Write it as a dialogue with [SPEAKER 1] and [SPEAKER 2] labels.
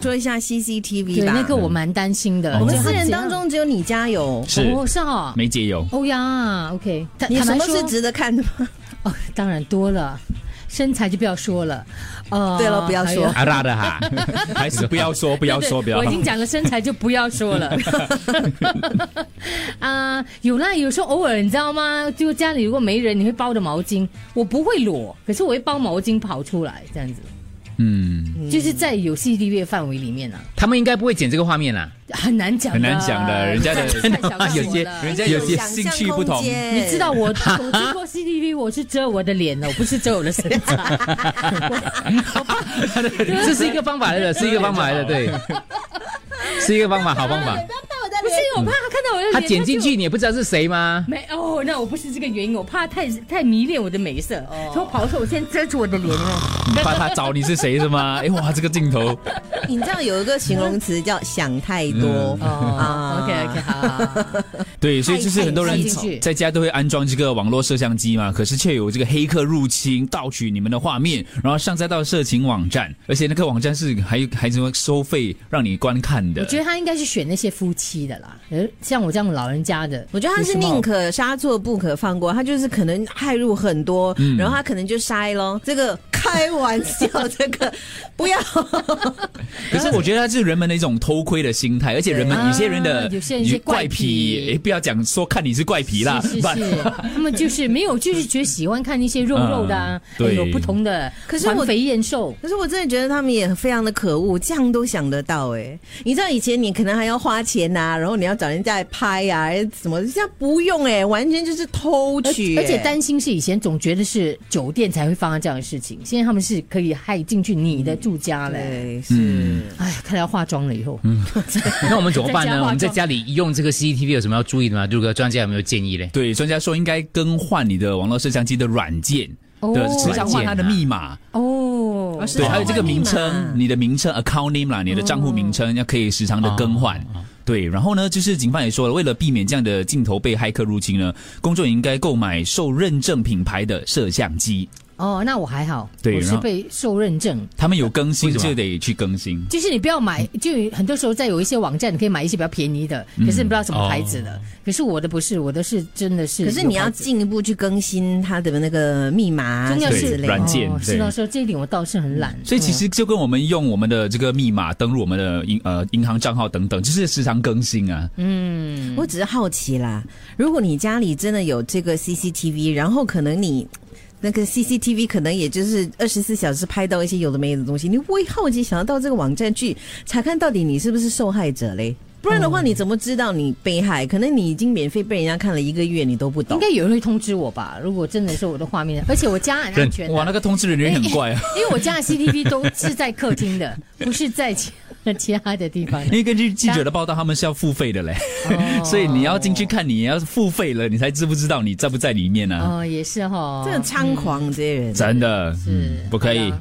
[SPEAKER 1] 说一下 CCTV
[SPEAKER 2] 对，
[SPEAKER 1] 吧。嗯
[SPEAKER 2] 那个我蛮担心的。
[SPEAKER 1] 我
[SPEAKER 2] 就
[SPEAKER 1] 们
[SPEAKER 2] 他
[SPEAKER 1] 四人
[SPEAKER 2] 怎样
[SPEAKER 1] 当，中只有你家有，
[SPEAKER 3] 是
[SPEAKER 2] 哦，是哈，
[SPEAKER 3] 梅姐有，
[SPEAKER 2] 哦呀，OK，坦
[SPEAKER 1] 你
[SPEAKER 2] 坦
[SPEAKER 1] 什
[SPEAKER 2] 白
[SPEAKER 1] 么
[SPEAKER 2] 说
[SPEAKER 1] 是，值得看的吗？
[SPEAKER 2] 哦，当然多了，身材就不要说了，呃，
[SPEAKER 1] 对了不要
[SPEAKER 2] 还有
[SPEAKER 1] 说
[SPEAKER 3] 阿啊拉的 哈，还是不要说，不要说，不
[SPEAKER 2] 对
[SPEAKER 3] 要
[SPEAKER 2] 我已
[SPEAKER 3] 说。
[SPEAKER 2] 经讲了身材，就不要说 了。啊、有啦，有时候偶尔你知道吗？就家里如果没人，你会包着毛巾。我不会裸，可是我会包毛巾跑出来，这样子，
[SPEAKER 3] 嗯，
[SPEAKER 2] 就是在有 CCTV 的范围里面啊，
[SPEAKER 3] 他们应该不会剪这个画面啊啦，
[SPEAKER 2] 很难讲，
[SPEAKER 3] 很难讲的，人家的
[SPEAKER 2] 太小看我了
[SPEAKER 3] 有些人家有些
[SPEAKER 1] 想
[SPEAKER 3] 兴
[SPEAKER 1] 象
[SPEAKER 3] 趣不同
[SPEAKER 1] 空。间
[SPEAKER 2] 你知道我我去过 CCTV，我是遮我的脸的，我不是遮我的身材。
[SPEAKER 3] 这是一个方法来的，是一个方法来的， 对，是一个方法，好方法。
[SPEAKER 2] 不是我怕他看到我的脸，
[SPEAKER 3] 他剪
[SPEAKER 2] 就
[SPEAKER 3] 进去，你也不知道是谁吗？
[SPEAKER 2] 没哦，那我不是这个原因，我怕太太迷恋我的美色，所以我跑的时候我先遮住我的脸。
[SPEAKER 3] 你怕他找你是谁是吗？哎哇，这个镜头，
[SPEAKER 1] 你知道有一个形容词叫“想太
[SPEAKER 3] 嗯
[SPEAKER 1] 多”
[SPEAKER 2] 哦，OK OK，好好。好
[SPEAKER 3] 对，所以就是很多人
[SPEAKER 2] 太太进去
[SPEAKER 3] 在家都会安装这个网络摄像机嘛，可是却有这个黑客入侵盗取你们的画面，然后上载到色情网站，而且那个网站是还有还什么收费让你观看的
[SPEAKER 2] 我觉。得他应该是选那些夫妻的啦，呃，像我这样老人家的，
[SPEAKER 1] 我觉得他
[SPEAKER 2] 有
[SPEAKER 1] 是
[SPEAKER 2] 什么
[SPEAKER 1] 宁可杀错不可放过，他就是可能害入很多，
[SPEAKER 3] 嗯
[SPEAKER 1] 然后他可能就筛咯。这个开玩笑，这个 不要。
[SPEAKER 3] 可是我觉得它是人们的一种偷窥的心态，而且人们
[SPEAKER 2] 对
[SPEAKER 3] 有些人的
[SPEAKER 2] 啊有些人是怪
[SPEAKER 3] 怪
[SPEAKER 2] 癖
[SPEAKER 3] 癖，哎，不要讲说看你是怪癖啦
[SPEAKER 2] 是是，
[SPEAKER 3] but-
[SPEAKER 2] 是，他们就是没有，就是觉得喜欢看一些肉肉的、啊
[SPEAKER 3] 嗯对
[SPEAKER 2] 有不同的，
[SPEAKER 1] 可是我
[SPEAKER 2] 环肥燕瘦，
[SPEAKER 1] 可是我真的觉得他们也非常的可恶，这样都想得到哎、你知道以前你可能还要花钱呐、然后你要找人家来拍呀、啊，什么现在不用哎、完全就是偷
[SPEAKER 2] 而
[SPEAKER 1] 取、哎
[SPEAKER 2] 而且担心是以前总觉得是酒店才会发生这样的事情，现在他们是可以害进去你的住家嘞。
[SPEAKER 1] 对是。
[SPEAKER 3] 嗯
[SPEAKER 2] 哎，看来要化妆了以后，
[SPEAKER 4] 那我们怎么
[SPEAKER 2] 在家化
[SPEAKER 4] 办呢？
[SPEAKER 2] 妆
[SPEAKER 4] 我们在家里用这个 CCTV 有什么要注意的吗？如果专家有没有建议嘞？
[SPEAKER 3] 对，专家说应该更换你的网络摄像机的软件
[SPEAKER 2] 哦啊
[SPEAKER 3] 的，时常换它的密码。
[SPEAKER 2] 哦，
[SPEAKER 1] 而是
[SPEAKER 3] 对，
[SPEAKER 1] 换
[SPEAKER 3] 还有这个名
[SPEAKER 1] 密
[SPEAKER 2] 啊
[SPEAKER 1] 码
[SPEAKER 3] 称，你的名称 account name 啦，你的账户名称要可以时常的更换。
[SPEAKER 2] 哦
[SPEAKER 3] 对，然后呢，就是警方也说了，为了避免这样的镜头被骇客入侵呢，公众也应该购买受认证品牌的摄像机。
[SPEAKER 2] 哦，那我还好，
[SPEAKER 3] 对
[SPEAKER 2] 我
[SPEAKER 3] 然
[SPEAKER 2] 是
[SPEAKER 3] 后
[SPEAKER 2] 被受认证。
[SPEAKER 3] 他们有更新
[SPEAKER 4] 为什么
[SPEAKER 3] 就得去更新。
[SPEAKER 2] 就是你不要买，
[SPEAKER 3] 嗯
[SPEAKER 2] 就很多时候在有一些网站，你可以买一些比较便宜的，可是你不知道什么牌子
[SPEAKER 3] 哦
[SPEAKER 2] 的。可是我的不是，我的是真的是有
[SPEAKER 1] 可
[SPEAKER 2] 牌子。
[SPEAKER 1] 是你要进一步去更新他的那个密码啊，
[SPEAKER 2] 重要
[SPEAKER 1] 什么
[SPEAKER 2] 是
[SPEAKER 1] 之类的
[SPEAKER 3] 软件
[SPEAKER 2] 哦
[SPEAKER 3] 对
[SPEAKER 2] 是到时候这一点我倒是很懒。嗯
[SPEAKER 3] 所以其实就跟我们用我们的这个密码登录我们的银呃银行账号等等，就是时常更新啊。
[SPEAKER 1] 我只是好奇啦，如果你家里真的有这个 CCTV，然后可能你。那个 CCTV 可能也就是二十四小时拍到一些有的没的东西，你会好奇想要到这个网站去查看到底你是不是受害者嘞？不然的话，你怎么知道你被害？可能你已经免费被人家看了一个月，你都不
[SPEAKER 2] 应
[SPEAKER 1] 懂。
[SPEAKER 2] 该有人会通知我吧？如果真的是我的画面，而且我家很安全啊的
[SPEAKER 3] 哇，那个通知人员很怪啊，
[SPEAKER 2] 因为我家的 CCTV 都是在客厅的，不是在其其他的地方
[SPEAKER 3] 因
[SPEAKER 2] 的。
[SPEAKER 3] 为根据记者的报道，他们是要付费的嘞，
[SPEAKER 2] 哦
[SPEAKER 3] 所以你要进去看，你也要付费了，你才知不知道你在不在里面呢、啊？
[SPEAKER 2] 哦哦，也是哈、
[SPEAKER 1] 这个猖狂这些人，
[SPEAKER 3] 真的，
[SPEAKER 2] 是
[SPEAKER 3] 嗯不可以
[SPEAKER 2] 好。啦